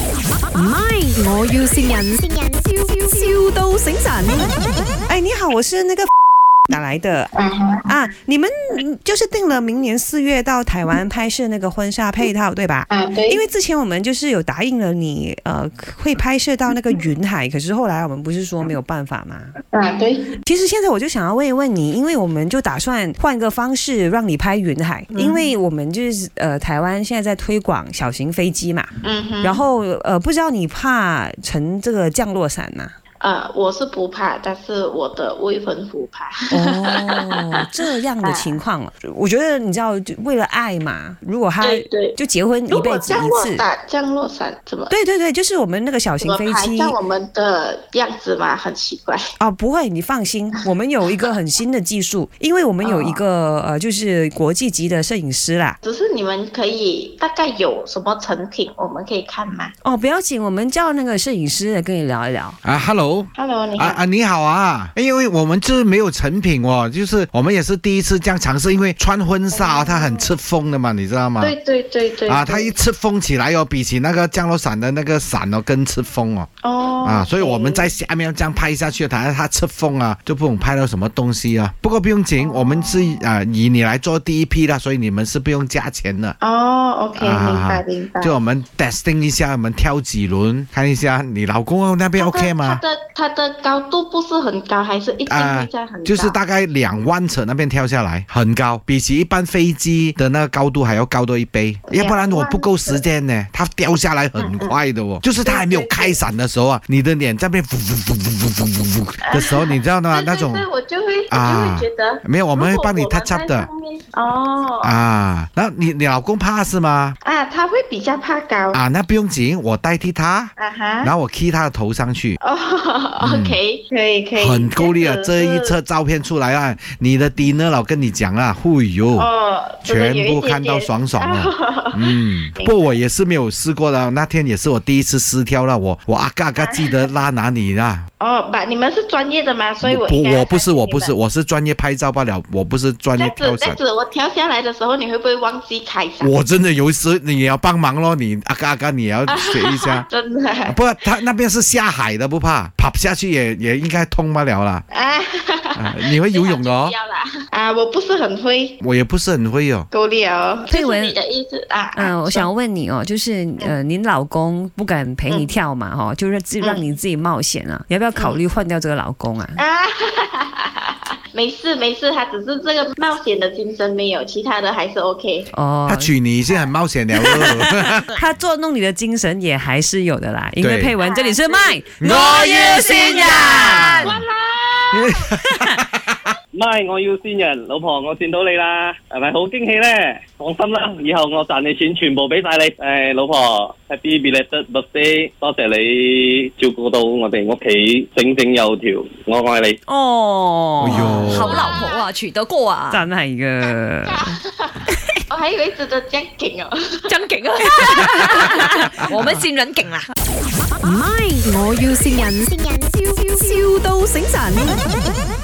唔係，我要善人，笑笑到醒神。哎，你好，我是 那个打来的啊，你们嗯就是定了明年四月到台湾拍摄那个婚纱配套，对吧？啊，对，因为之前我们就是有答应了你，呃，会拍摄到那个云海，可是后来我们不是说没有办法吗？啊对，其实现在我就想要问一问你，因为我们就打算换个方式让你拍云海，嗯因为我们就是呃台湾现在在推广小型飞机嘛，嗯哼，然后呃不知道你怕乘这个降落伞吗？啊，我是不怕，但是我的未婚夫怕。 哦，这样的情况哦，我觉得你知道，就为了爱嘛，如果他对对就结婚一如辈果子降一落次，伞，降落伞怎么？对对对，就是我们那个小怎型么飞拍机像我们的样子嘛，很奇怪。啊，不会，你放 心，我们有一个很新的技术，因为我们哦有一个呃，就是国际级的摄影师啦。只是你们可以大概有什么成品，我们可以看吗哦，不要紧，我们叫那个摄影师来跟你聊一聊。啊，Hello。 ？Hello，你好。啊啊，你好啊！因为我们这没有成品哦，就是我们也是第一次这样尝试，因为穿婚纱啊，它很吃风的嘛，你知道吗？对对对对。啊，对它一吃风起来哦，比起那个降落伞的那个伞哦更吃风哦哦啊，所以我 OK 们在下面要这样拍下去，它它吃风啊，就不懂拍到什么东西啊。不过不用哦紧，我们是啊以你来做第一批的，所以你们是不用加钱的。哦，OK，啊明白明白。就我们 testing 一下，我们挑几轮，看一下你老公 那边它的 OK 吗？它的它的高度不是很高，还是一定啊会在很高？就是大概两万尺那边跳下来，很高，比起一般飞机的那个高度还要高多一倍。要不然我不够时间呢，它掉下来很快的哦。就是它还没有开伞的时候啊，你的脸在那边呜呜呜呜呜呜的时候，你知道吗？对那种对对我就会我啊就会觉得没有，我我们会帮你 touch 插 up 的。哦啊。然后你你老公怕是吗？啊，他会比较怕高啊啊，那不用紧，我代替他，哈。然后我 key 他的头上去。哦 嗯，OK，可以可以，很够力啊！样这子一是侧照片出来啊，你的 dinner 老跟你讲啊，忽悠。哦，真的全有一部点看到点爽爽啊啊嗯，不，我也是没有试过的。那天也是我第一次试跳了，我我阿嘎阿嘎记得拉哪里啦？ 哦，把你们是专业的吗？所以我不，应该我不是，要我不是，看你们。我是专业拍照罢了，我不是专这业样跳子，这样伞。子，我跳下来的时候，你会不会忘记开伞？。我真的有时你也要帮忙咯，你阿嘎阿嘎你也要学一下 真的啊不，他那边是下海的，不怕，爬下去也也应该通不了啦。啊，啊你会 游泳的哦不？ 要啦啊，我不是很会我也不是很会哦。勾力哦，佩就是文你的意思啊？嗯嗯、我说想问你哦，就是呃，您老公不敢陪嗯你跳嘛，哈、就是自让你自己冒险啊，你要不要考虑嗯换掉这个老公啊？啊， 没事没事，他只是这个冒险的精神没有，其他的还是 OK。哦他，娶你已经很冒险了哦。 他捉弄你的精神也还是有的啦，因为对佩文这里是麦，我要善啊人哇啦！唔係，我要先人，老婆，我見到你啦，係咪好驚喜咧？放心啦，以後我賺你錢全部俾晒你。誒、老婆，Happy belated birthday，多謝你照顧到我哋屋企整整有條，我愛你。哦，哎呦好老婆啊，娶得過啊，真係嘅，我哦还以为值得这样劲哦。真勁啊！ 我們善人勁啦。唔係，我要善人，笑笑到醒神。